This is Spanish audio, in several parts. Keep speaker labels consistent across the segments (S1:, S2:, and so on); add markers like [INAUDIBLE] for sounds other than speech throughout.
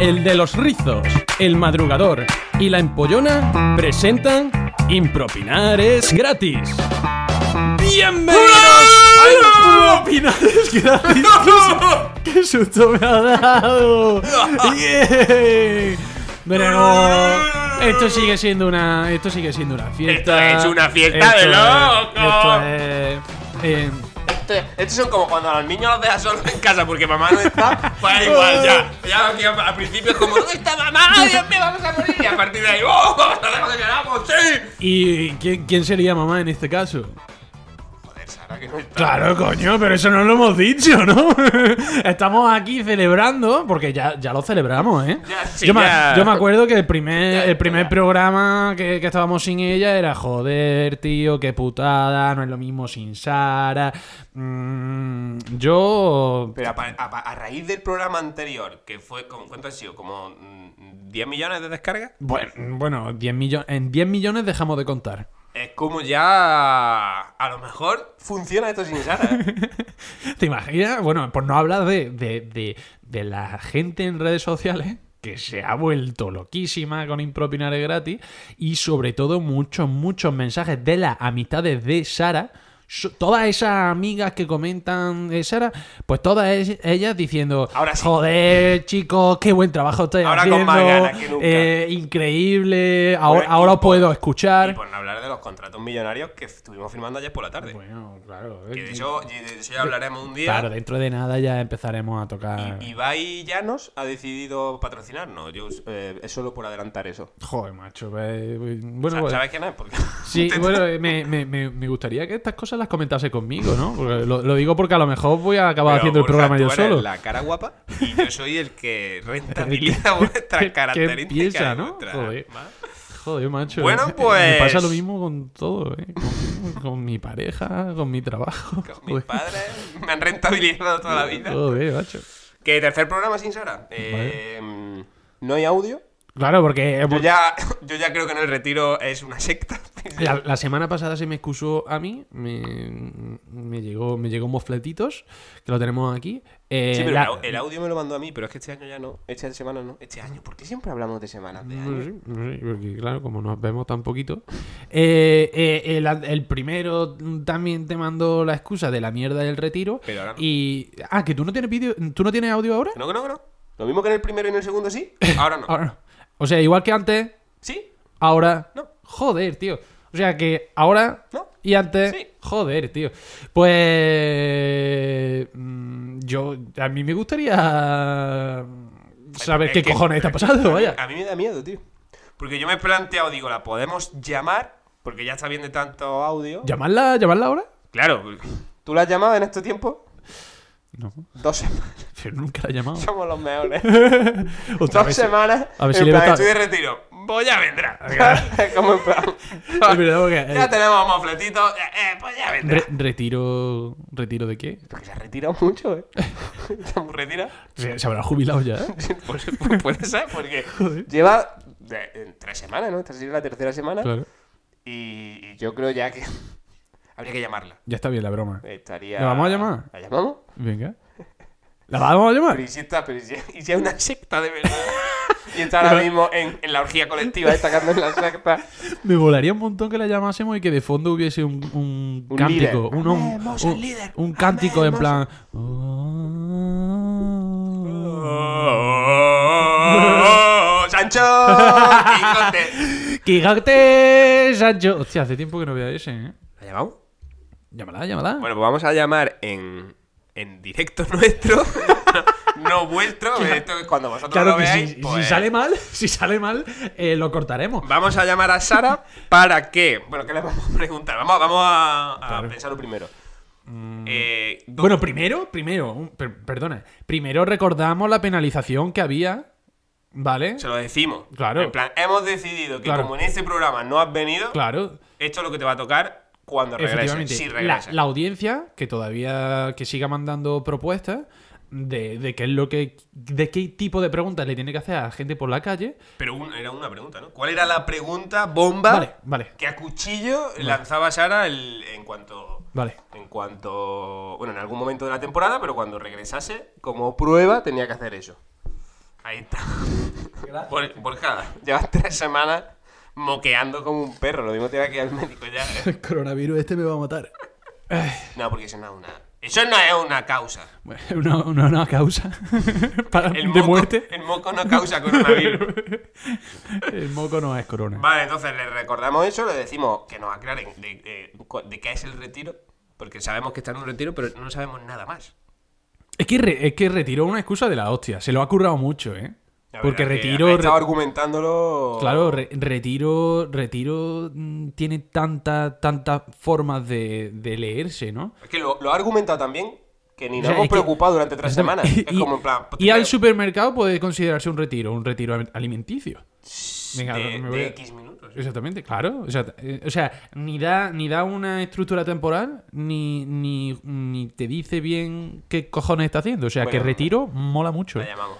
S1: el de los rizos, el madrugador y la empollona presentan Impropinar es gratis. ¡Bienvenidos [LAUGHS] a Impropinar es gratis! ¡Qué su- ¡Qué susto me ha
S2: [LAUGHS]
S1: dado! ¡Yeah! Pero esto sigue siendo una, esto sigue siendo una fiesta.
S2: Esto es una fiesta de
S1: es-
S2: locos.
S1: esto es, eh,
S2: Esto- Estos son como cuando a los niños los dejas solos en casa porque mamá no está. Pues da igual, ya. Ya aquí al al principio es como, ¿dónde está mamá? ¡Ay, Dios mío, vamos a morir! Y a partir de ahí, ¡oh! ¡Vamos a dejar que ganamos! ¡Sí!
S1: ¿Y quién, quién sería mamá en este caso?
S2: Joder, Sara, que no está.
S1: Claro, coño, pero eso no lo hemos dicho, ¿no? [LAUGHS] Estamos aquí celebrando, porque ya, ya lo celebramos, ¿eh?
S2: Ya, sí,
S1: yo, me,
S2: ya.
S1: yo me acuerdo que el primer,
S2: Ya,
S1: el primer
S2: ya.
S1: programa que, que estábamos sin ella era joder, tío, qué putada, no es lo mismo sin Sara. Mm, yo...
S2: Pero a, pa- a pa- a raíz del programa anterior, que fue, con- ¿cuánto ha sido? ¿Como mm, 10 millones de descargas?
S1: Bueno, bueno 10 millo- en 10 millones dejamos de contar.
S2: Es como ya. A lo mejor funciona esto sin Sara. ¿eh?
S1: ¿Te imaginas? Bueno, por no hablar de, de- de- de la gente en redes sociales que se ha vuelto loquísima con impropinar gratis y sobre todo muchos, muchos mensajes de las amistades de Sara. So- Todas esas amigas que comentan de Sara, pues todas es- ellas diciendo,
S2: Ahora sí.
S1: joder chicos, qué buen trabajo estáis
S2: Ahora
S1: haciendo,
S2: con más ganas que nunca".
S1: eh, increíble, ahora,
S2: y
S1: ahora os
S2: por-
S1: puedo
S2: Y
S1: escuchar.
S2: por no hablar de los contratos millonarios que estuvimos firmando ayer por la tarde.
S1: Bueno, claro,
S2: Que de
S1: eh,
S2: eso, y de eso ya hablaremos un día.
S1: claro, dentro de nada ya empezaremos a tocar...
S2: Y Ibai Llanos ha decidido patrocinarnos. Yo, eh, es solo por adelantar eso.
S1: Joder, macho. eh, Bueno,
S2: Sa-
S1: Pues bueno.
S2: ¿Sabes quién es? Porque [LAUGHS]
S1: Sí, bueno, eh, me, me- me- me gustaría que estas cosas las comentase conmigo, ¿no? Porque lo, lo digo porque a lo mejor voy a acabar haciendo el programa yo solo.
S2: la cara guapa y yo soy
S1: [LAUGHS]
S2: el que rentabiliza vuestras
S1: ¿Qué- qué
S2: características. y
S1: piensa, no?
S2: vuestras- [LAUGHS]
S1: Joder. [LAUGHS] Joder, macho.
S2: Bueno,
S1: eh, eh,
S2: pues-
S1: Me pasa lo mismo con todo, ¿eh? Con, con mi pareja, con mi trabajo. [LAUGHS]
S2: Con Mis padres me han rentabilizado toda la vida.
S1: Joder, eh, macho.
S2: Que tercer programa sin Sara. Eh, No hay audio.
S1: Claro, porque. eh,
S2: Yo ya, [LAUGHS] yo ya creo que en el retiro es
S1: [LAUGHS]
S2: una secta.
S1: La, la semana pasada se me excusó a mí, me, me llegó me llegó mofletitos, que lo tenemos aquí. Eh,
S2: Sí, pero
S1: la-
S2: el au- el audio me lo mandó a mí, pero es que este año ya no. Esta semana no. Este año, ¿por qué siempre hablamos de semanas de
S1: No
S2: años?
S1: sé, no sé, pues porque claro, como nos vemos tan poquito. Eh, eh, el, el primero también te mandó la excusa de la mierda del retiro.
S2: Pero ahora no.
S1: Y. Ah, que tú no tienes vídeo. ¿Tú no tienes audio ahora?
S2: Que No, que no, que no. Lo mismo que en el primero y en el segundo sí, ahora no.
S1: Ahora no. O sea, igual que antes,
S2: ¿Sí?
S1: ahora.
S2: No.
S1: Joder, tío. O sea que ahora
S2: No.
S1: y antes.
S2: Sí.
S1: Joder, tío. Pues. mm, Yo. A mí me gustaría. Saber
S2: Es
S1: qué
S2: que-
S1: cojones
S2: [LAUGHS]
S1: está pasando, vaya.
S2: A mí me da miedo, tío. Porque yo me he planteado, digo, la podemos llamar, porque ya está bien de tanto audio.
S1: ¿Llamarla, llamarla ahora?
S2: Claro. porque- ¿Tú la has llamado en este tiempo?
S1: No.
S2: Dos semanas. [LAUGHS]
S1: Pero nunca la he llamado.
S2: Somos los
S1: [LAUGHS]
S2: mejores.
S1: Otra
S2: Dos
S1: vez.
S2: semanas.
S1: a ver si
S2: en
S1: le
S2: plan,
S1: meto-
S2: estoy de retiro. Voy ya vendrá.
S1: [LAUGHS]
S2: [LAUGHS] Como en plan.
S1: Es verdad, porque, eh,
S2: ya tenemos mofletitos. eh, eh, pues ya vendrá.
S1: Re- retiro. ¿Retiro de qué?
S2: Porque se ha retirado mucho, ¿eh? se muy retirado.
S1: Se, se habrá jubilado [LAUGHS] ya. ¿eh?
S2: Pues, pues puede ser, porque lleva eh, eh, tres semanas, ¿no? Esta sería la tercera semana.
S1: Claro.
S2: Y, y yo creo ya que habría que llamarla.
S1: Ya está bien la broma.
S2: Estaría...
S1: ¿La vamos a llamar?
S2: ¿La llamamos?
S1: Venga. ¿La vamos a
S2: Pero
S1: llamar?
S2: y si está, pero y si, y si es una secta de verdad. y está ahora mismo en, en la orgía colectiva, destacando en la secta.
S1: Me volaría un montón que la llamásemos y que de fondo hubiese un, un
S2: Un
S1: cántico.
S2: líder.
S1: Un, un-
S2: Amemos
S1: un-
S2: al líder.
S1: un cántico en
S2: Amemos.
S1: plan. "Oh".
S2: ¡Sancho! ¡Quijote!
S1: ¡Gigante, Sancho! Hostia, hace tiempo que no vea ese, ¿eh?
S2: ¿La llamamos?
S1: Llámala, llámala.
S2: Bueno, pues vamos a llamar en, en directo [LAUGHS] nuestro. no, no vuestro, esto es cuando vosotros
S1: claro
S2: lo
S1: que
S2: veáis.
S1: si, si
S2: pues-
S1: sale mal, [LAUGHS] si sale mal, eh, lo cortaremos.
S2: Vamos a llamar a Sara para que. Bueno, ¿qué le vamos a preguntar? Vamos, vamos a, a pensarlo primero.
S1: Mm.
S2: Eh, do-
S1: Bueno, primero, primero, un- per- perdona, primero recordamos la penalización que había, ¿vale?
S2: se lo decimos.
S1: Claro.
S2: En plan, hemos decidido que
S1: Claro.
S2: como en este programa no has venido,
S1: Claro,
S2: esto es lo que te va a tocar cuando regreses.
S1: efectivamente.
S2: Si
S1: la,
S2: regresas.
S1: la audiencia, que todavía que siga mandando propuestas de, de qué es lo que de qué tipo de preguntas le tiene que hacer a la gente por la calle.
S2: Pero un- era una pregunta, ¿no? ¿Cuál era la pregunta bomba
S1: Vale, vale.
S2: que a cuchillo lanzaba Sara el- en cuanto.
S1: Vale.
S2: En cuanto. Bueno, en algún momento de la temporada, pero cuando regresase, como prueba, tenía que hacer eso. Ahí está. Por, Borja, llevas tres semanas moqueando como un perro. Lo mismo te va a quedar el médico ya. ¿eh?
S1: El coronavirus este me va a matar.
S2: No, porque eso no es una. Eso no es una causa.
S1: Bueno, [LAUGHS] Una, una, una causa [LAUGHS] para-
S2: El
S1: de
S2: moco-
S1: muerte.
S2: El moco no causa coronavirus.
S1: [LAUGHS] El moco no es corona.
S2: Vale, entonces le recordamos eso, le decimos que nos aclaren de, de- cu- de qué es el retiro, porque sabemos que está en un retiro, pero no sabemos nada más.
S1: Es que, re- es que retiró una excusa de la hostia. Se lo ha currado mucho, ¿eh?
S2: La
S1: Porque
S2: verdad que
S1: retiro.
S2: ha
S1: re-
S2: estado argumentándolo.
S1: Claro, re- retiro, retiro mm, tiene tantas tantas formas de, de leerse, ¿no?
S2: Es que lo, lo ha argumentado también que ni
S1: O
S2: nos
S1: sea,
S2: hemos
S1: es que-
S2: preocupado durante tres semanas.
S1: [LAUGHS] Y,
S2: [LAUGHS] es como en plan. pues,
S1: y
S2: te
S1: al
S2: leo
S1: supermercado puede considerarse un retiro, un retiro alimenticio. Venga,
S2: de,
S1: me voy
S2: de
S1: a-
S2: X minutos.
S1: Exactamente, claro. O sea, eh, o sea, ni da, ni da una estructura temporal, ni, ni, ni te dice bien qué cojones está haciendo. O sea,
S2: Bueno,
S1: que retiro mola mucho. ¿eh?
S2: La llamamos.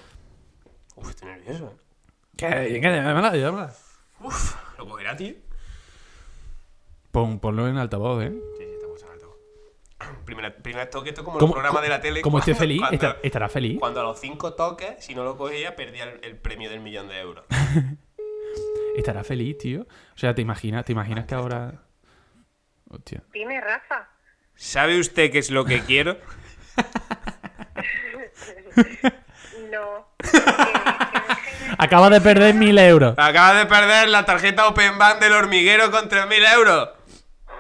S2: Uf, estoy nervioso. ¿eh?
S1: Que- que- llámala, llámala.
S2: Uf, lo cogerá, tío.
S1: Pon- ponlo en altavoz, ¿eh?
S2: Sí, sí, estamos en alto. [CLEARS THROAT] Primera, primer toque, esto es como
S1: Como-
S2: los programas de la tele.
S1: Como esté
S2: cuando-
S1: feliz,
S2: cuando-
S1: esta- estará feliz.
S2: Cuando a los cinco toques, si no lo cogía, perdía el, el premio del millón de euros.
S1: Estará feliz, tío. O sea, te imaginas, te imaginas que ahora. Hostia.
S3: Dime, Rafa.
S2: [LAUGHS] ¿Sabe usted qué es lo que quiero?
S3: No. Que- que-
S1: Acaba de perder mil euros.
S2: Acaba de perder la tarjeta Open Bank del hormiguero con 3.000 euros.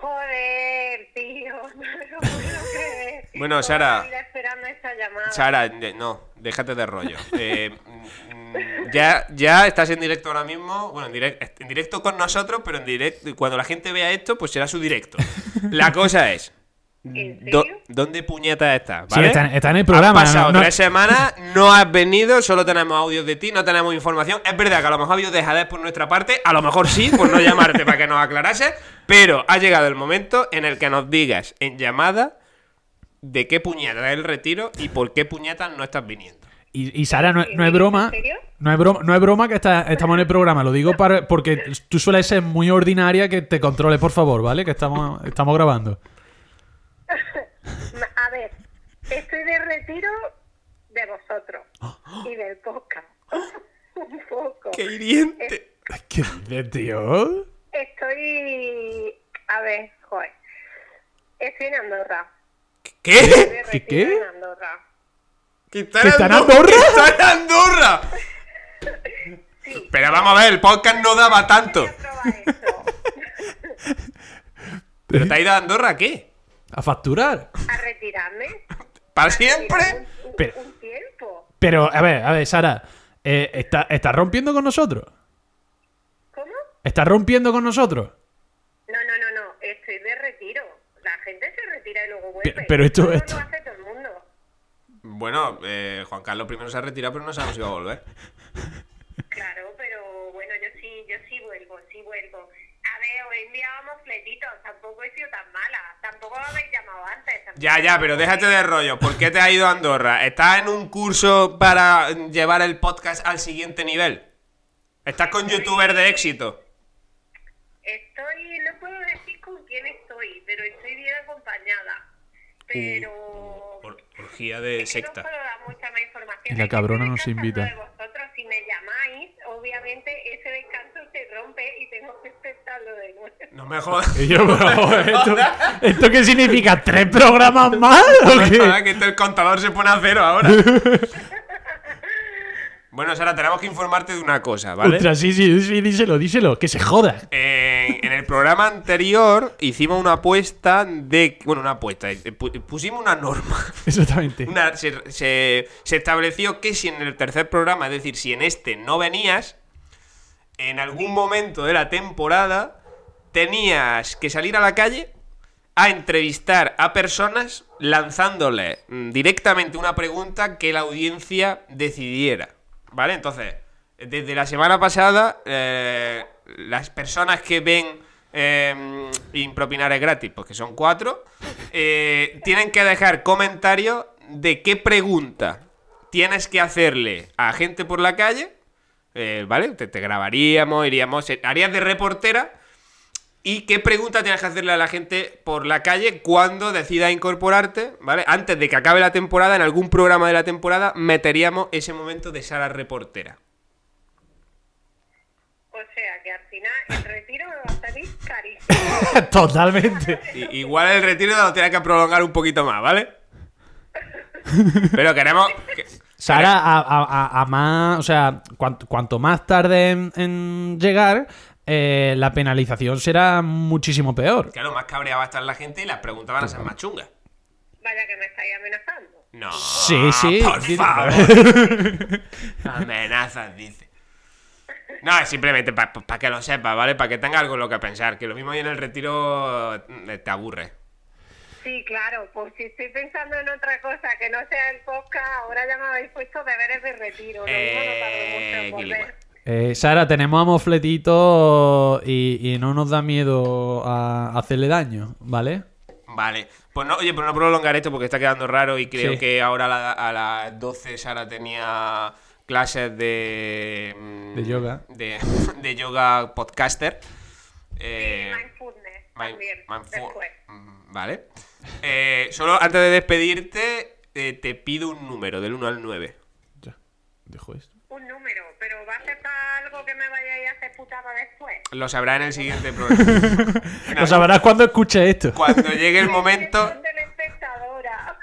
S3: Joder, tío. No lo puedo creer.
S2: Bueno,
S3: Toda
S2: Sara.
S3: la vida esperando esta llamada.
S2: Sara, de- no, déjate de rollo. Eh, mm, mm, ya, ya estás en directo ahora mismo, bueno, en directo, en directo con nosotros, pero en directo, cuando la gente vea esto, pues será su directo. La cosa es,
S3: ¿En
S2: do-
S3: serio?
S2: ¿dónde puñetas estás?
S1: Sí,
S2: ¿vale?
S1: está en- está en el programa,
S2: Has pasado
S1: no- no-
S2: tres semanas, no has venido, solo tenemos audios de ti, no tenemos información. Es verdad que a lo mejor ha habido dejadez por nuestra parte, a lo mejor sí, por no llamarte para que nos aclarases, pero ha llegado el momento en el que nos digas en llamada de qué puñetas es el retiro y por qué puñetas no estás viniendo.
S1: Y, y Sara, no, es- no es
S3: ¿En
S1: broma.
S3: serio?
S1: No es broma, no es broma que está- estamos en el programa. Lo digo para, porque tú sueles ser muy ordinaria. Que te controles, por favor, ¿vale? Que estamos, estamos grabando.
S3: Ma- A ver, estoy de retiro de
S2: [GASPS]
S3: vosotros y del podcast. Un poco.
S2: ¡Qué hiriente!
S1: ¿Qué dices, tío?
S3: Estoy. A ver, joder. Estoy en Andorra.
S2: ¿Qué?
S3: Estoy de
S1: ¿Qué,
S3: retiro
S1: qué?
S3: en Andorra.
S2: ¿Que
S1: ¿Que está en Andorra?
S2: ¡Que está en Andorra! Pero vamos a ver, el podcast no daba tanto.
S3: Prueba esto.
S2: ¿Pero te has ido a Andorra qué?
S1: A facturar.
S2: [LAUGHS]
S3: A retirarme.
S2: ¿Para siempre?
S3: Un- un-
S1: Pero-
S3: un tiempo.
S1: Pero, a ver, a ver, Sara. eh, está- ¿Estás rompiendo con nosotros?
S3: ¿Cómo?
S1: ¿Estás rompiendo con nosotros?
S3: No, no, no, no, estoy de retiro. La gente se retira y luego vuelve.
S1: Pe- pero esto-
S3: Eso no
S1: esto-
S3: lo hace todo el mundo.
S2: Bueno, eh, Juan Carlos I se ha retirado, pero no sabemos si va a volver.
S3: Claro, pero bueno, yo sí, yo sí vuelvo, sí vuelvo. A ver, os he enviado mofletitos, tampoco he sido tan mala. Tampoco me habéis llamado antes. tampoco-
S2: Ya, ya, pero déjate de rollo. ¿Por qué te has ido a Andorra? ¿Estás en un curso para llevar el podcast al siguiente nivel? ¿Estás con youtubers de éxito?
S3: Estoy, no puedo decir con quién estoy, pero estoy bien acompañada. Pero...
S2: Or- orgía de
S3: Es que
S2: secta.
S3: No puedo dar mucha más
S1: Uh,
S3: información.
S1: Y la
S3: Es que
S1: cabrona
S3: estoy
S1: nos invita.
S3: descansando de vosotros, si me llamáis, obviamente ese descanso se rompe y tengo que empezarlo de nuevo.
S2: No me jodas.
S1: Y yo, [LAUGHS]
S2: [LAUGHS]
S1: bro, ¿esto, ¿esto qué significa? ¿Tres programas más?
S2: No
S1: ¿O
S2: me jodas
S1: qué?
S2: que este, el contador se pone a
S1: [LAUGHS]
S2: cero ahora. bueno, Sara, tenemos que informarte de una cosa, ¿vale?
S1: Ostras, sí, sí, sí, díselo, díselo. Que se joda. [LAUGHS]
S2: Eh, en el programa anterior hicimos una apuesta de... Bueno, una apuesta. eh, pu- Pusimos una norma. [LAUGHS]
S1: Exactamente.
S2: Una- se, se- se estableció que si en el tercer programa, es decir, si en este no venías, en algún momento de la temporada tenías que salir a la calle a entrevistar a personas lanzándole mm, directamente una pregunta que la audiencia decidiera. ¿Vale? Entonces, desde la semana pasada, eh, las personas que ven eh, impropinares gratis, porque son cuatro, eh, tienen que dejar comentarios de qué pregunta tienes que hacerle a gente por la calle eh, ¿Vale? Te, te grabaríamos, iríamos, eh, harías de reportera ¿Y qué pregunta tienes que hacerle a la gente por la calle cuando decida incorporarte? ¿Vale? Antes de que acabe la temporada, en algún programa de la temporada, meteríamos ese momento de Sara Reportera.
S3: O sea, que al final el retiro me va a salir carísimo.
S1: [LAUGHS]
S3: [COUGHS]
S1: Totalmente.
S2: I- igual el retiro lo tienes que prolongar un poquito más, ¿vale? Pero queremos. que-
S1: Sara, a, a- a- a más. O sea, cuanto, cuanto más tarde en, en llegar, eh, la penalización será muchísimo peor.
S2: Claro, más cabreada va a estar la gente y las preguntas van a ser más chungas.
S3: Vaya que me estáis amenazando.
S2: No.
S1: Sí, sí.
S2: Por
S1: Sí. [LAUGHS]
S2: favor. Amenazas, dice. No, es simplemente para que lo sepas, ¿vale? Para que tenga algo en lo que pensar. Que lo mismo ahí en el retiro eh, te aburre.
S3: Sí, claro, por si estoy pensando en otra cosa que no sea el podcast, ahora ya me habéis puesto deberes de retiro. Lo mismo no tardo mucho en
S2: Eh,
S3: volver.
S1: Eh, Sara, tenemos a Mofletito y, y no nos da miedo a hacerle daño, ¿vale?
S2: Vale. Pues no, oye, pero no prolongar esto porque está quedando raro y creo
S1: Sí.
S2: que ahora a, la- a las 12 Sara tenía clases de... mm,
S1: De yoga.
S2: De, [LAUGHS] de yoga podcaster. Eh,
S3: Mindfulness
S2: Mind-
S3: también,
S2: mindful-
S3: después.
S2: Mm, Vale. Eh, solo antes de despedirte, eh, te pido un número del 1 al 9.
S4: Dejo esto.
S3: Un número, pero va a ser para algo que me vayáis a hacer putada después.
S2: Lo sabrá en el siguiente programa.
S1: Lo Pues sabrás cuando escuches esto.
S2: Cuando llegue el momento,
S3: Soy telespectadora.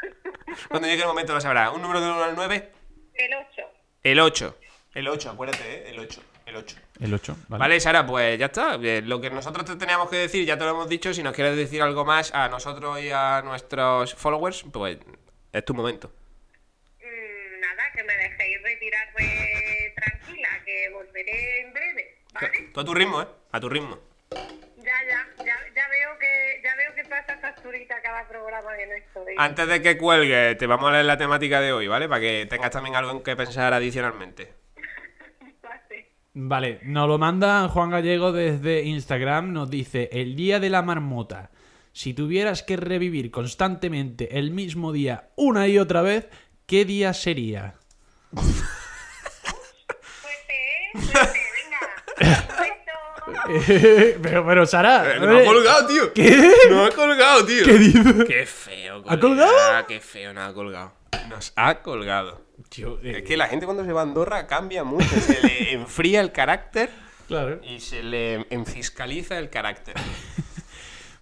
S2: cuando llegue el momento lo sabrá. Un número del 1 al 9,
S3: [LAUGHS] El 8.
S2: el 8. El 8, acuérdate, ¿eh? el 8, el 8.
S1: El 8,
S2: Vale. Sara, pues ya está. Eh, Lo que nosotros te teníamos que decir, ya te lo hemos dicho. Si nos quieres decir algo más a nosotros y a nuestros followers, pues es tu momento.
S3: Mm, nada, que me dejéis retirarme tranquila, que volveré en breve, ¿vale?
S2: Tú a tu ritmo, ¿eh? A tu ritmo.
S3: Ya, ya, ya, ya veo que ya veo que pasa facturita cada programa que no estoy.
S2: Antes de que cuelgue, te vamos a leer la temática de hoy, ¿vale? Para que tengas también algo en que pensar adicionalmente.
S3: Vale.
S1: Vale, nos lo manda Juan Gallego desde Instagram, nos dice, el día de la marmota. Si tuvieras que revivir constantemente el mismo día una y otra vez, ¿qué día sería? [LAUGHS]
S3: Fuerte, ¿eh? Fuerte, venga. Un beso.
S1: pero, pero Sara... eh,
S2: tío!
S1: ¿Qué?
S2: ¡No ha colgado, tío!
S1: ¿Qué dices?
S2: ¡Qué feo!
S1: ¿Ha
S2: colega.
S1: colgado?
S2: ¡Qué feo! Nos ha colgado. Nos ha colgado.
S1: Tío, eh,
S2: Es que la gente cuando se va a Andorra cambia mucho.
S1: [LAUGHS]
S2: Se le enfría el carácter
S1: claro.
S2: y se le enfiscaliza el carácter.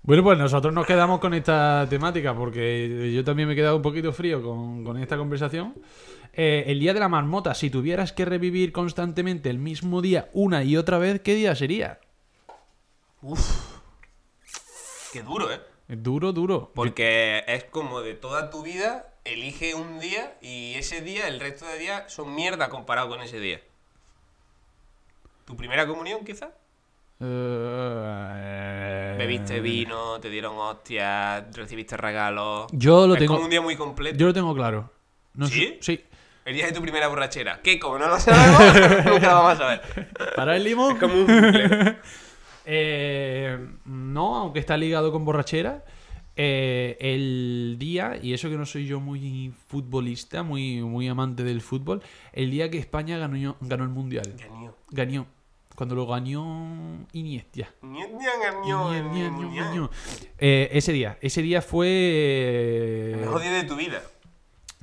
S1: Bueno, pues nosotros nos quedamos con esta temática porque yo también me he quedado un poquito frío con, con esta conversación. Eh, el día de la marmota, si tuvieras que revivir constantemente el mismo día una y otra vez, ¿qué día sería?
S2: ¡Uf! ¡Qué duro, eh!
S1: Duro, duro.
S2: Porque es como de toda tu vida, elige un día y ese día, el resto de días, son mierda comparado con ese día. ¿Tu primera comunión, quizás?
S1: Eh,
S2: Bebiste vino, te dieron hostias, recibiste regalos.
S1: Yo lo
S2: es
S1: tengo-
S2: como un día muy completo.
S1: Yo lo tengo claro. No
S2: ¿Sí?
S1: sé- Sí.
S2: El día de tu primera borrachera. Que como no lo sabemos, [LAUGHS] nunca lo vamos a ver.
S1: ¿Para el limón?
S2: [LAUGHS] Es como un bucle.
S1: Eh, no, aunque está ligado con borrachera. eh, el día, y eso que no soy yo muy futbolista, muy, muy amante del fútbol, el día que España ganó, ganó el Mundial.
S2: Gañó.
S1: Ganó. Cuando lo ganó Iniesta.
S2: Ñe, Ñe, gañó,
S1: Ñe, ñe,
S2: Ñe,
S1: ño,
S2: Ñe.
S1: ño. Eh, ese día. Ese día fue...
S2: El
S1: eh,
S2: mejor día de tu vida.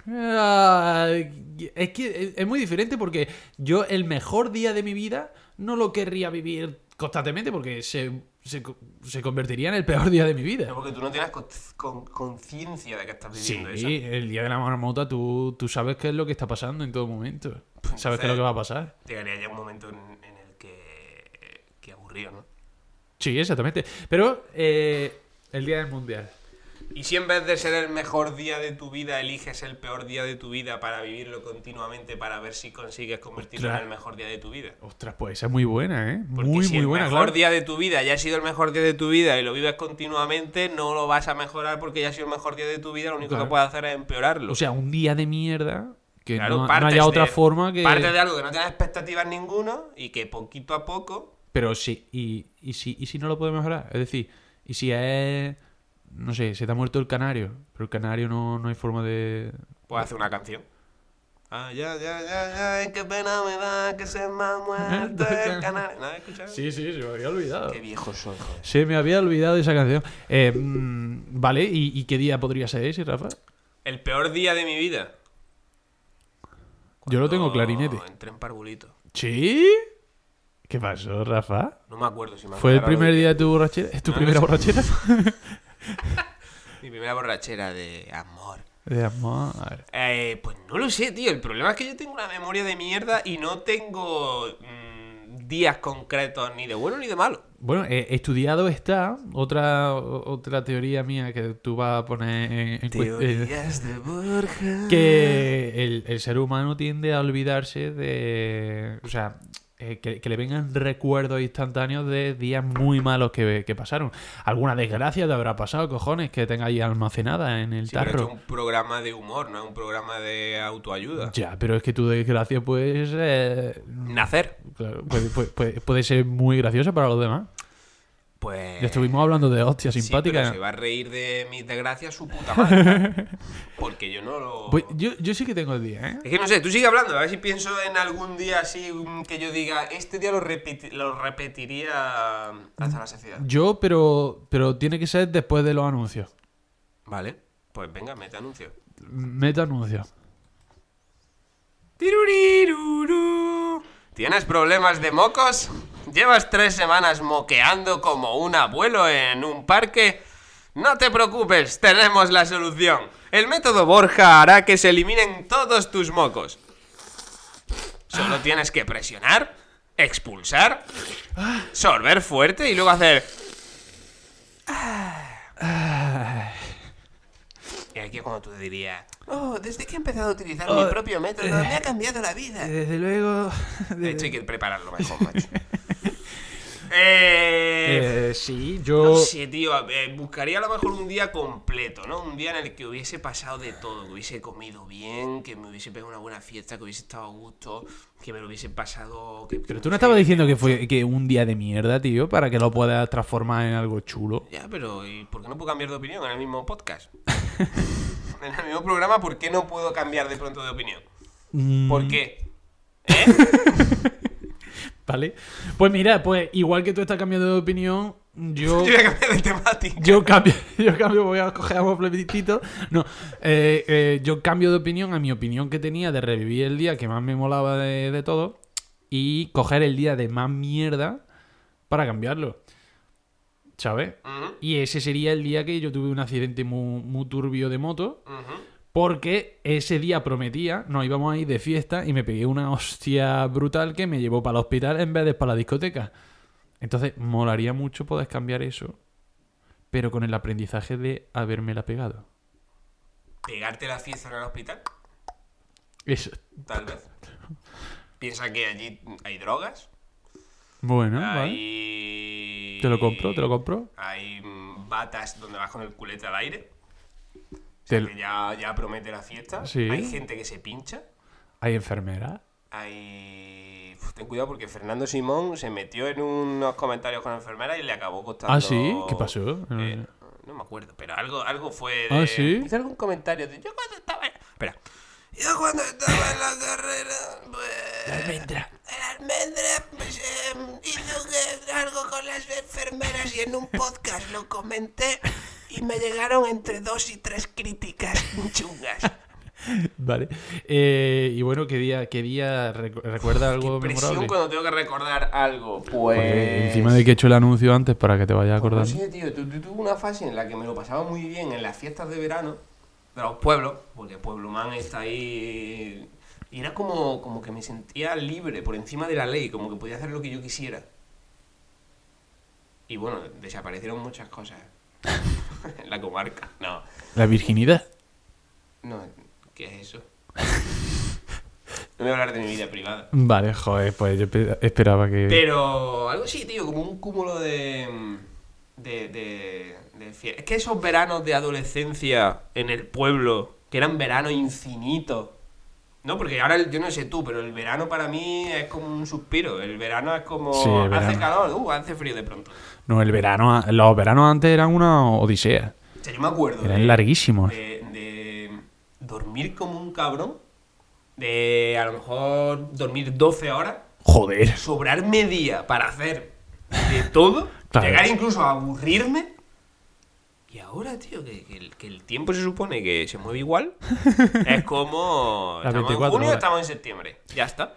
S1: Ah, es que es- es muy diferente porque yo el mejor día de mi vida no lo querría vivir constantemente porque se, se co- se convertiría en el peor día de mi
S2: Pero
S1: vida.
S2: porque tú no tienes con- con- conciencia de que estás
S1: Sí,
S2: viviendo eso.
S1: el día de la marmota tú, tú sabes qué es lo que está pasando en todo momento.
S2: Pues
S1: Sabes qué es lo que va a pasar.
S2: Llegaría ya un momento en, en el que. que aburrido, ¿no?
S1: Sí, exactamente. Pero eh, el día del mundial.
S2: Y si en vez de ser el mejor día de tu vida, eliges el peor día de tu vida para vivirlo continuamente, para ver si consigues convertirlo en
S1: Ostras.
S2: el mejor día de tu vida.
S1: Ostras, pues esa es muy buena, ¿eh?
S2: Porque
S1: Muy,
S2: si
S1: muy
S2: el
S1: buena,
S2: mejor
S1: claro.
S2: día de tu vida ya ha sido el mejor día de tu vida y lo vives continuamente, no lo vas a mejorar porque ya ha sido el mejor día de tu vida, lo único
S1: Claro.
S2: que puedes hacer es empeorarlo.
S1: O sea, un día de mierda que
S2: Claro,
S1: no, no
S2: partes
S1: haya otra
S2: de-
S1: forma que...
S2: Partes de algo que no tienes expectativas ninguna y que poquito a poco...
S1: Pero sí, y, y, si, y si no lo puede mejorar. Es decir, y si es. No sé, se te ha muerto el canario. Pero el canario no, no hay forma de.
S2: Pues hacer una canción. Ah, ya, ya, ya, ya, ay, qué pena me da que se me ha muerto [LAUGHS] el canal. ¿No has escuchado?
S1: Sí, sí, se me había olvidado.
S2: Qué viejo soy, joder.
S1: Se me había olvidado esa canción. Eh, mm, vale, ¿Y, y qué día podría ser ese, Rafa?
S2: El peor día de mi vida.
S1: Yo lo tengo
S2: Cuando
S1: clarinete.
S2: Entré en parvulito.
S1: ¿Sí? ¿Qué pasó, Rafa?
S2: No me acuerdo si me
S1: ¿Fue el
S2: aclaro
S1: primer
S2: de-
S1: día de tu borrachera? ¿Es tu
S2: No, no
S1: primera
S2: sé. [LAUGHS]
S1: borrachera?
S2: Mi primera borrachera de amor.
S1: de amor.
S2: Eh, pues no lo sé, tío. El problema es que yo tengo una memoria de mierda y no tengo mm, días concretos ni de bueno ni de malo.
S1: Bueno, eh, estudiado está otra, otra teoría mía que tú vas a poner en, en cuest- eh,
S2: Teorías de Borja.
S1: que el, el ser humano tiende a olvidarse de... O sea, eh, que, que le vengan recuerdos instantáneos de días muy malos que, que pasaron. Alguna desgracia te habrá pasado, cojones, que tenga ahí almacenada en el
S2: Sí, pero esto
S1: tarro.
S2: es un programa de humor, no es un programa de autoayuda.
S1: Ya, pero es que tu desgracia pues... eh,
S2: Nacer.
S1: claro, puede, puede- puede- puede ser muy graciosa para los demás.
S2: Pues.
S1: Ya estuvimos hablando de hostias
S2: sí,
S1: simpáticas.
S2: pero se va a reír de mis desgracias su puta madre. Porque yo no lo.
S1: Pues yo, yo sí que tengo el día, ¿eh?
S2: Es que no sé, tú sigue hablando, a ver si pienso en algún día así mm, que yo diga, este día lo, repeti- lo repetiría hasta la saciedad.
S1: Yo, pero, pero tiene que ser después de los anuncios.
S2: Vale, pues venga, mete anuncio.
S1: Meta anuncios.
S2: Tirurirurú. ¿Tienes problemas de mocos? ¿Llevas tres semanas moqueando como un abuelo en un parque? No te preocupes, tenemos la solución. El método Borja hará que se eliminen todos tus mocos. Solo tienes que presionar, expulsar, sorber fuerte y luego hacer... Y aquí es cuando tú dirías... Oh, desde que he empezado a utilizar mi propio método me ha cambiado la vida.
S1: Desde luego. [LAUGHS]
S2: De hecho, hay que prepararlo mejor, macho. eh,
S1: sí,
S2: no
S1: yo.
S2: sé, tío. eh, buscaría a lo mejor un día completo, ¿no? Un día en el que hubiese pasado de todo. Que hubiese comido bien, que me hubiese pegado una buena fiesta, que hubiese estado a gusto, que me lo hubiese pasado... que-
S1: Pero tú no estabas diciendo que fue que un día de mierda, tío, para que lo puedas transformar en algo chulo.
S2: Ya, pero ¿y por qué no puedo cambiar de opinión en el mismo podcast? [LAUGHS] en el mismo programa, ¿por qué no puedo cambiar de pronto de opinión?
S1: Mm,
S2: ¿Por qué?
S1: ¿Vale? Pues mira, pues igual que tú estás cambiando de opinión, yo.
S2: [LAUGHS] Yo voy a cambiar de temática.
S1: Yo cambio, [LAUGHS] yo cambio, voy a coger agua plebiscito. No, eh, eh, yo cambio de opinión a mi opinión que tenía de revivir el día que más me molaba de, de todo y coger el día de más mierda para cambiarlo. ¿Sabes?
S2: Ujú,
S1: Y ese sería el día que yo tuve un accidente muy, muy turbio de moto
S2: ujú.
S1: porque ese día prometía, nos íbamos a ir de fiesta y me pegué una hostia brutal que me llevó para el hospital en vez de para la discoteca. Entonces, molaría mucho poder cambiar eso, pero con el aprendizaje de habérmela pegado.
S2: ¿Pegarte la fiesta en el hospital?
S1: Eso.
S2: Tal vez. Piensa que allí hay drogas.
S1: Bueno, Ah, vale.
S2: Hay...
S1: Te lo compro, te lo compro.
S2: Hay mm, batas donde vas con el culete al aire.
S1: Te lo-
S2: Que ya, ya promete la fiesta.
S1: Sí.
S2: Hay gente que se pincha.
S1: Hay enfermera. [LAUGHS]
S2: Hay... Uf, pues, Ten cuidado porque Fernando Simón se metió en unos comentarios con enfermera y le acabó costando...
S1: Ah, sí, ¿qué pasó? No
S2: Eh,
S1: sé.
S2: no me acuerdo, pero algo, algo fue de...
S1: Ah, sí.
S2: Hizo algún comentario de... Yo cuando estaba... en-" Espera. Yo cuando estaba en la carrera... pues, el almendra pues, em, hizo que- algo con las enfermeras y en un podcast lo comenté y me llegaron entre dos y tres críticas [LAUGHS] chungas.
S1: Vale. Eh, y bueno, ¿qué día, qué día recu-
S2: [LAUGHS]
S1: recuerda algo
S2: Presión
S1: memorable?
S2: cuando tengo que recordar algo. Pues.
S1: Porque encima de que he hecho el anuncio antes para que te vayas
S2: Pues no
S1: acordando.
S2: sé, tío, tu- tu- tuve una fase en la que me lo pasaba muy bien en las fiestas de verano de los pueblos, porque Pueblo Man está ahí. Y era como, como que me sentía libre, por encima de la ley, como que podía hacer lo que yo quisiera. Y bueno, desaparecieron muchas cosas [LAUGHS] en la comarca. No,
S1: La virginidad.
S2: no, ¿qué es eso? [LAUGHS] No voy a hablar de mi vida privada.
S1: Vale, joder, pues yo espe- esperaba que...
S2: Pero algo así, tío, como un cúmulo de. de. de. de fie- Es que esos veranos de adolescencia en el pueblo, que eran veranos infinitos. No, porque ahora el- yo no sé tú, pero el verano para mí es como un suspiro. El verano es como.
S1: Sí, el
S2: Hace
S1: verano.
S2: calor, uh, hace frío de pronto.
S1: No, el verano, a- los veranos antes eran una odisea.
S2: O sea, yo me acuerdo.
S1: Eran
S2: de-
S1: larguísimos.
S2: de, de dormir como un cabrón, de a lo mejor dormir 12 horas,
S1: Joder.
S2: sobrar media para hacer de todo,
S1: [LAUGHS] Claro.
S2: llegar incluso a aburrirme. Y ahora, tío, que, que el, que el tiempo se supone que se mueve
S1: [LAUGHS]
S2: igual, es como...
S1: Las
S2: Estamos en
S1: 24
S2: junio,
S1: horas.
S2: estamos en septiembre. Ya está.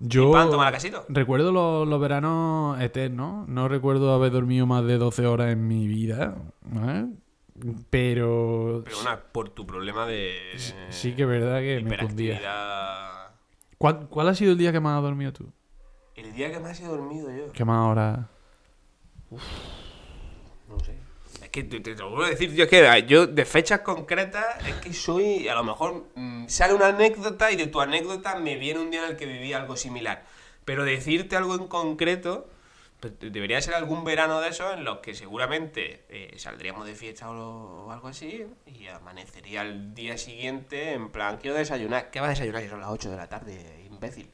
S1: Yo
S2: pan, toma la casito.
S1: recuerdo los, los veranos eternos. No recuerdo haber dormido más de 12 horas en mi vida. ¿eh? Pero,
S2: Pero bueno, por tu problema de...
S1: sí que es verdad que me cundía.
S2: hiperactividad...
S1: ¿Cuál, cuál ha sido el día que más has dormido tú?
S2: El día que más he dormido yo.
S1: ¿Qué más horas?
S2: No sé. Es que te, te- te lo vuelvo a decir, yo es que yo de fechas concretas es que soy, a lo mejor mm, sale una anécdota y de tu anécdota me viene un día en el que viví algo similar. Pero decirte algo en concreto, pues, de- debería ser algún verano de esos en los que seguramente eh, saldríamos de fiesta o, lo- o algo así y amanecería el día siguiente en plan, quiero desayunar. ¿Qué va a desayunar si son las 8 de la tarde, imbécil?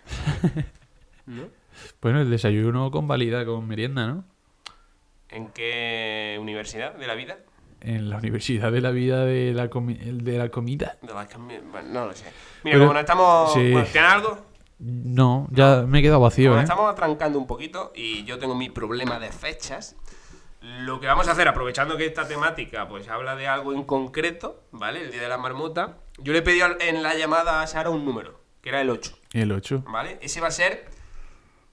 S2: ¿No?
S1: Bueno, el desayuno con valida, con merienda, ¿no?
S2: ¿En qué universidad de la vida?
S1: En la universidad de la vida de la, comi- de la comida.
S2: De las que a mí- bueno, no lo sé. Mira,
S1: Pero-
S2: como nos estamos.
S1: sí.
S2: bueno, ¿Tienes algo?
S1: No, ya me he quedado vacío,
S2: Como nos
S1: ¿eh?
S2: estamos atrancando un poquito y yo tengo mi problema de fechas. Lo que vamos a hacer, aprovechando que esta temática pues habla de algo en concreto, ¿vale? El día de la marmota. Yo le pedí al- en la llamada a Sara un número, que era el 8,
S1: El 8.
S2: ¿vale? Ese va a ser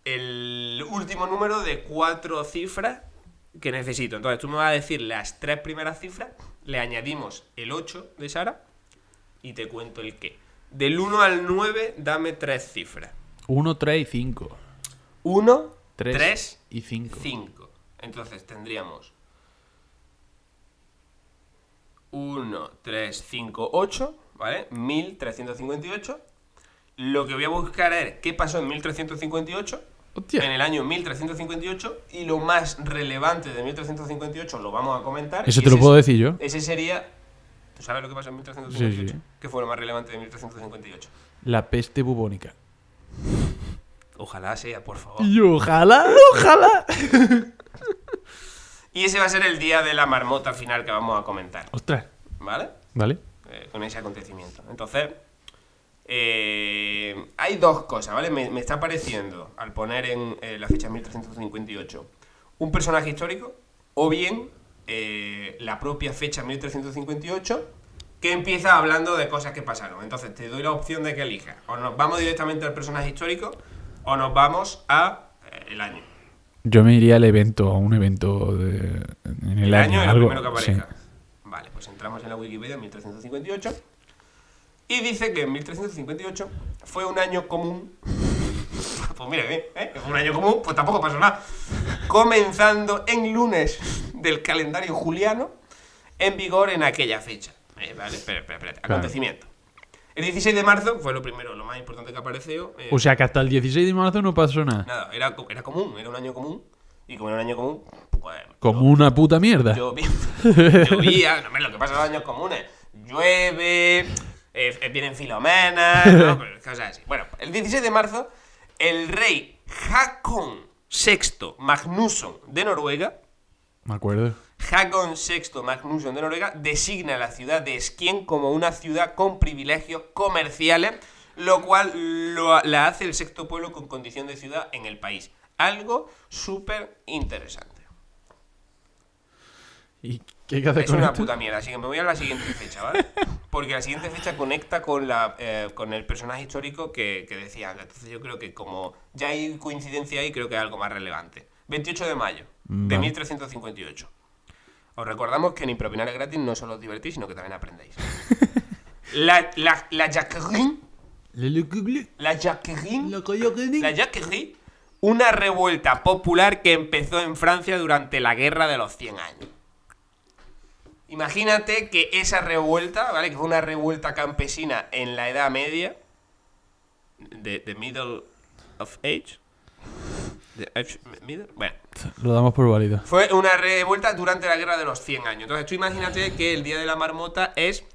S2: el último número de cuatro cifras que necesito. Entonces tú me vas a decir las tres primeras cifras, le añadimos el 8 de Sara y te cuento el qué. Del 1 al 9, dame tres cifras.
S1: 1, 3 y 5.
S2: 1,
S1: 3,
S2: 3
S1: y 5.
S2: 5. Entonces tendríamos 1, 3, 5, 8, ¿vale? 1358. Lo que voy a buscar es qué pasó en 1358.
S1: Hostia.
S2: En el año 1358 y lo más relevante de 1358 lo vamos a comentar.
S1: Eso
S2: y
S1: te lo
S2: ese-
S1: puedo decir yo.
S2: Ese sería... ¿Tú sabes lo que pasó en 1358?
S1: Sí, sí.
S2: ¿Qué fue lo más relevante de 1358?
S1: La peste bubónica.
S2: Ojalá sea, por favor.
S1: Y ojalá, ojalá.
S2: Y ese va a ser el día de la marmota final que vamos a comentar,
S1: Ostras.
S2: ¿vale?
S1: ¿Vale?
S2: eh, con ese acontecimiento. Entonces, eh, hay dos cosas, ¿vale? Me, me está pareciendo, al poner en eh, la fecha 1358, un personaje histórico o bien eh, la propia fecha 1358 que empieza hablando de cosas que pasaron. Entonces, te doy la opción de que elijas. O nos vamos directamente al personaje histórico o nos vamos a eh, el año.
S1: Yo me iría al evento, a un evento de- en el,
S2: El año es lo
S1: algo.
S2: primero que
S1: sí.
S2: aparezca. Vale, pues entramos en la Wikipedia en 1358. Y dice que en 1358 fue un año común. [LAUGHS] pues mira, ¿eh? ¿Eh? Fue un año común, pues tampoco pasó nada. Comenzando en lunes del calendario juliano, en vigor en aquella fecha. Eh, vale, espera, espera, espera. Acontecimiento. El 16 de marzo fue lo primero, lo más importante que apareció. eh,
S1: O sea que hasta el 16 de marzo no pasó nada.
S2: nada, era, co- era común, era un año común. Y como era un año común, pues.
S1: Como una puta mierda.
S2: Llovía, llovía, ah, no, hombre, lo que pasa en los años comunes. Llueve, eh, eh, vienen filomenas, ¿no? Pero cosas así. Bueno, el 16 de marzo, el rey Hakon VI Magnusson de Noruega,
S1: Me acuerdo.
S2: Hakon VI Magnusson de Noruega, designa la ciudad de Skien como una ciudad con privilegios comerciales, lo cual lo- la hace el sexto pueblo con condición de ciudad en el país. Algo súper interesante.
S1: ¿Y qué hay que hacer
S2: Es
S1: con
S2: una
S1: esto?
S2: puta mierda, así que me voy a la siguiente fecha, ¿vale? Porque la siguiente fecha conecta con, la, eh, con el personaje histórico que, que decía antes. Entonces yo creo que como ya hay coincidencia ahí, creo que es algo más relevante. 28 de mayo de
S1: Vale.
S2: 1358. Os recordamos que en Impropinar es gratis no solo os divertís, sino que también aprendéis. La, la, la Jacqueline, la Jacqueline la Jacquerie, una revuelta popular que empezó en Francia durante la Guerra de los 100 años. Imagínate que esa revuelta, ¿vale? Que fue una revuelta campesina en la Edad Media, de, de Middle of Age. de age- middle- bueno,
S1: Lo damos por válido.
S2: fue una revuelta durante la Guerra de los 100 años. Entonces tú imagínate que el Día de la Marmota es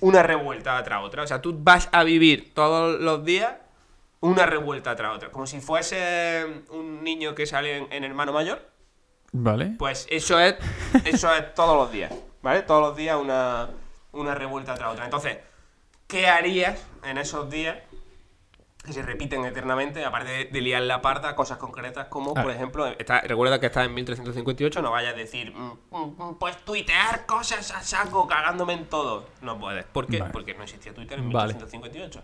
S2: una revuelta tras otra. O sea, tú vas a vivir todos los días una revuelta tras otra. Como si fuese un niño que sale en, en hermano mayor.
S1: ¿Vale?
S2: Pues eso es, eso es todos los días. ¿Vale? Todos los días una, una revuelta tras otra. Entonces, ¿qué harías en esos días que se repiten eternamente, aparte de, de liar la parda, cosas concretas como,
S1: Ah.
S2: por ejemplo, está- recuerda que estás en 1358, no vayas a decir, "Mm, mm, mm, pues tuitear cosas a saco, cagándome en todo. No puedes. ¿Por qué?
S1: Vale.
S2: Porque no existía Twitter en
S1: Vale.
S2: 1358.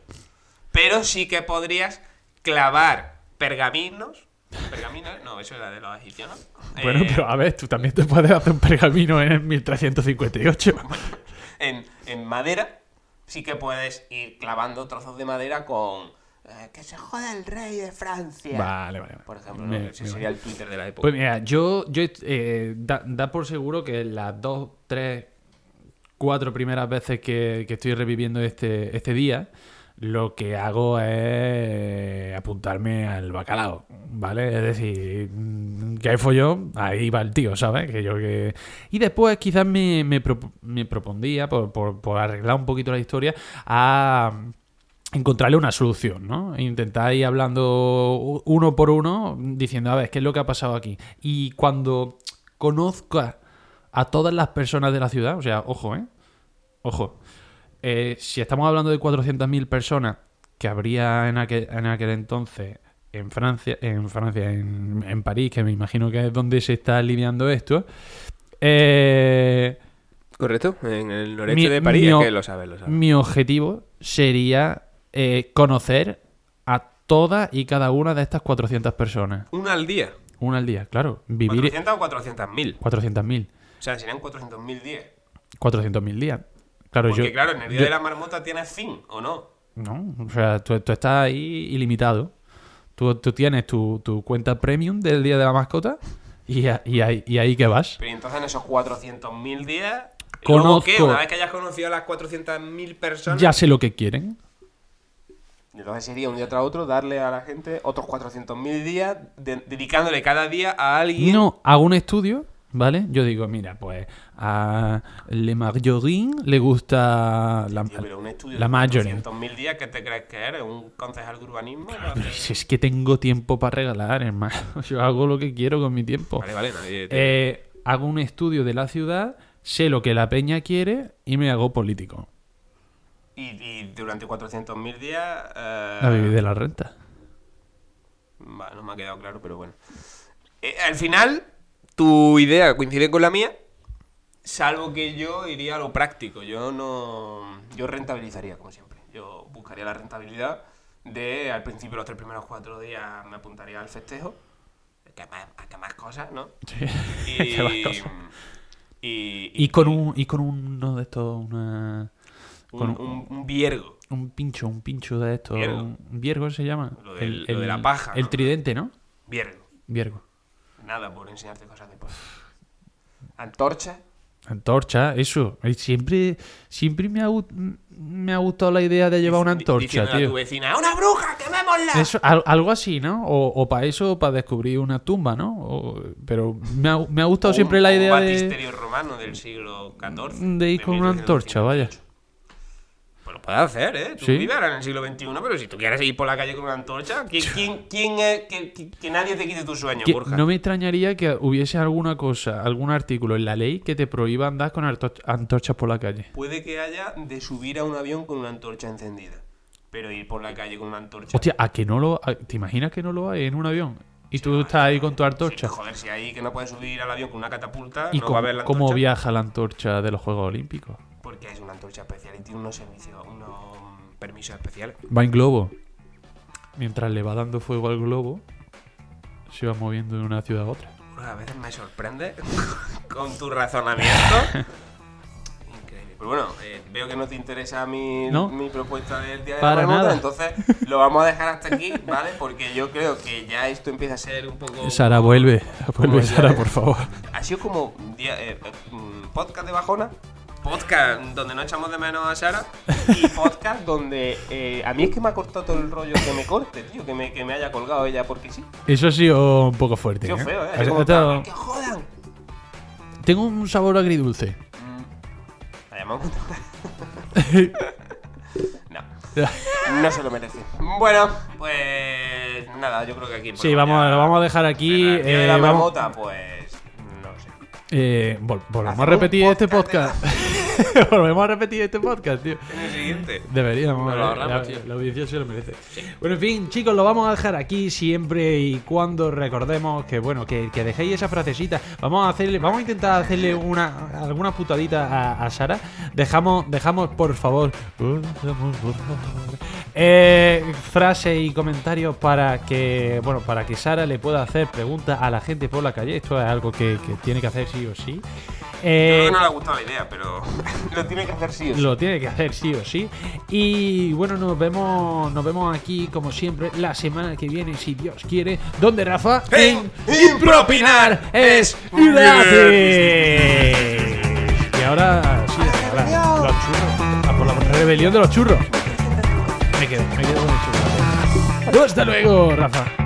S2: Pero sí que podrías clavar pergaminos. ¿Pergaminos? No, eso era de los egipcianos.
S1: Bueno,
S2: Eh,
S1: pero a ver, tú también te puedes hacer un pergamino en el 1358.
S2: en, en madera, sí que puedes ir clavando trozos de madera con. eh, que se joda el rey de Francia.
S1: Vale, vale, vale.
S2: Por ejemplo, ¿no?
S1: Me-
S2: ese
S1: me
S2: sería el Twitter de la época.
S1: Pues mira, yo, yo eh, da, da por seguro que las dos, tres, cuatro primeras veces que, que estoy reviviendo este, este día, lo que hago es apuntarme al bacalao, ¿vale? Es decir, mm, que hay follón, ahí va el tío, ¿sabes? Que yo que... Y después quizás me, me, pro- me propondría, por, por- por arreglar un poquito la historia, a encontrarle una solución, ¿no? Intentar ir hablando u- uno por uno, diciendo, a ver, ¿qué es lo que ha pasado aquí? Y cuando conozca a todas las personas de la ciudad, o sea, ojo, ¿eh? Ojo. Eh, si estamos hablando de 400.000 personas que habría en aquel, en aquel entonces en Francia, en Francia, en, en París, que me imagino que es donde se está lidiando esto, eh,
S2: Correcto, en el noreste
S1: mi-
S2: de París,
S1: mi
S2: es
S1: o-
S2: que lo sabes, lo sabes.
S1: Mi objetivo sería eh, conocer a todas y cada una de estas 400 personas.
S2: Una al día.
S1: Una al día, claro. Vivir
S2: ¿400 o 400.000?
S1: 400.000.
S2: O sea, serían 400.000 días.
S1: 400.000 días. Claro,
S2: Porque
S1: Pues yo.
S2: claro, en el día
S1: yo-
S2: de la marmota tienes fin, ¿o no?
S1: No, o sea, tú, tú estás ahí ilimitado. Tú, tú tienes tu, tu cuenta premium del día de la mascota y, a- y ahí, y ahí que vas.
S2: Pero entonces en esos 400.000 días... ¿Luego
S1: Conozco.
S2: qué? Una vez que hayas conocido a las 400.000 personas...
S1: Ya sé lo que quieren.
S2: Entonces sería un día tras otro darle a la gente otros 400.000 días de- dedicándole cada día a alguien.
S1: No, hago un estudio, ¿vale? Yo digo, mira, pues a Le Marjorie le gusta la,
S2: Tío, pero un estudio
S1: la
S2: de
S1: Marjorie.
S2: 400.000 días que te crees que eres un concejal de urbanismo.
S1: Pero si es que tengo tiempo para regalar, hermano. [LAUGHS] Yo hago lo que quiero con mi tiempo.
S2: Vale, vale, nadie te-
S1: Eh, hago un estudio de la ciudad, sé lo que la peña quiere y me hago político.
S2: Y, y durante 400.000 días... eh,
S1: A vivir de la renta. [LAUGHS]
S2: va, no me ha quedado claro, pero bueno. Eh, al final, tu idea coincide con la mía, salvo que yo iría a lo práctico. Yo no... Yo rentabilizaría, como siempre. Yo buscaría la rentabilidad de, al principio, los tres primeros cuatro días me apuntaría al festejo. Que más, a que más
S1: [LAUGHS]
S2: cosas, ¿no?
S1: Qué más cosas.
S2: y-
S1: Y con un, y con uno de estos, una- con
S2: un,
S1: un,
S2: un- un viergo.
S1: un pincho, un pincho de estos.
S2: Viergo.
S1: un- Viergo se llama.
S2: Lo del- lo de la paja,
S1: El
S2: ¿no?
S1: tridente, ¿no?
S2: Viergo.
S1: Viergo.
S2: Nada por enseñarte cosas de post. Antorcha.
S1: Antorcha, eso. Ay, Siempre, siempre me, ha, gu- me ha gustado la idea de llevar una
S2: Di-
S1: antorcha,
S2: diciéndole a
S1: tío.
S2: tu vecina, ¡una bruja, quemémosla!
S1: Eso, al- algo así, ¿no? O, para eso, para descubrir una tumba, ¿no? O- pero me ha, me ha
S2: O
S1: gustado
S2: un-
S1: siempre la
S2: o
S1: idea
S2: Un
S1: de,
S2: batisterio romano del siglo XIV.
S1: de ir con una antorcha, vaya.
S2: Pues lo puedes hacer, ¿eh? Tú
S1: Sí.
S2: vives ahora en el siglo XXI, pero si tú quieres ir por la calle con una
S1: [LAUGHS]
S2: antorcha, ¿quién, quién, quién es que, que- que nadie te quite tu sueño,
S1: Que
S2: Borja?
S1: no me extrañaría que hubiese alguna cosa, algún artículo en la ley que te prohíba andar con arto- antorchas por la calle.
S2: Puede que haya de subir a un avión con una antorcha encendida. Pero ir por la calle con una antorcha.
S1: Hostia, ¿a que no lo, a- ¿te imaginas que no lo hay en un avión? Y tú estás ahí con tu
S2: Sí,
S1: antorcha.
S2: joder, si ahí que no puedes subir al avión con una catapulta,
S1: ¿Y
S2: no va a
S1: cómo,
S2: haber la
S1: cómo
S2: antorcha.
S1: viaja la antorcha de los Juegos Olímpicos?
S2: Porque es una antorcha especial y tiene unos servicios, unos mm, permisos especiales.
S1: Va en globo. Mientras le va dando fuego al globo, se va moviendo de una ciudad a otra.
S2: Bueno, a veces me sorprende [LAUGHS] con tu
S1: [LAUGHS]
S2: razonamiento. Increíble. Pero bueno, eh, veo que no te interesa mi,
S1: No.
S2: mi propuesta del día de
S1: Para
S2: la marmota,
S1: nada.
S2: entonces lo vamos a dejar hasta aquí, ¿vale? Porque yo creo que ya esto empieza a ser un poco...
S1: [LAUGHS] Sara, vuelve.
S2: oh,
S1: [LAUGHS] Vuelve,
S2: Como
S1: Sara,
S2: ya-
S1: por favor.
S2: Ha sido como un día- eh, eh, mm, podcast de bajona, podcast donde no echamos de menos a Sara
S1: [LAUGHS]
S2: y podcast donde eh, a mí es que me ha cortado todo el rollo que me corte, tío, que me, que me haya colgado ella porque sí.
S1: Eso ha sido un poco fuerte.
S2: Tío,
S1: ¿eh?
S2: feo, ¿eh?
S1: Ha-
S2: Es como,
S1: ha estado-
S2: ¡Que os jodan!
S1: Tengo un sabor agridulce.
S2: La llamamos. [LAUGHS] no.
S1: [LAUGHS]
S2: No se lo merece. Bueno, pues nada, yo creo que aquí.
S1: Sí, vamos, a- lo vamos a dejar aquí.
S2: Y de
S1: eh,
S2: la
S1: vamos-
S2: marmota, pues. No sé.
S1: eh, vol- volvamos a
S2: Hacemos
S1: repetir
S2: un
S1: este
S2: podcast
S1: podcast.
S2: de-
S1: [LAUGHS] Volvemos a repetir este podcast, tío.
S2: En el siguiente.
S1: Deberíamos.
S5: Nos lo
S1: eh,
S5: ahorramos,
S1: la,
S5: tío.
S1: la audiencia se lo merece. Bueno, en fin, chicos, lo vamos a dejar aquí siempre y cuando recordemos que, bueno, que, que dejéis esa frasecita. Vamos a hacerle, vamos a intentar hacerle una alguna putadita a, a Sara. Dejamos, dejamos, por favor, por favor, por favor, eh, frase y comentarios para que, bueno, para que Sara le pueda hacer preguntas a la gente por la calle. Esto es algo que, que tiene que hacer sí o sí. Eh,
S2: Creo que no le ha gustado la idea, pero [LAUGHS] lo tiene que hacer sí o sí.
S1: lo tiene que hacer sí o sí. Y bueno, nos vemos, nos vemos aquí como siempre la semana que viene, si Dios quiere, donde Rafa
S2: En
S1: Impropinar es gratis. Y ahora sí, ahora los churros, a por la rebelión de los churros. Me quedo, me quedo con el churro. Hasta luego, Rafa.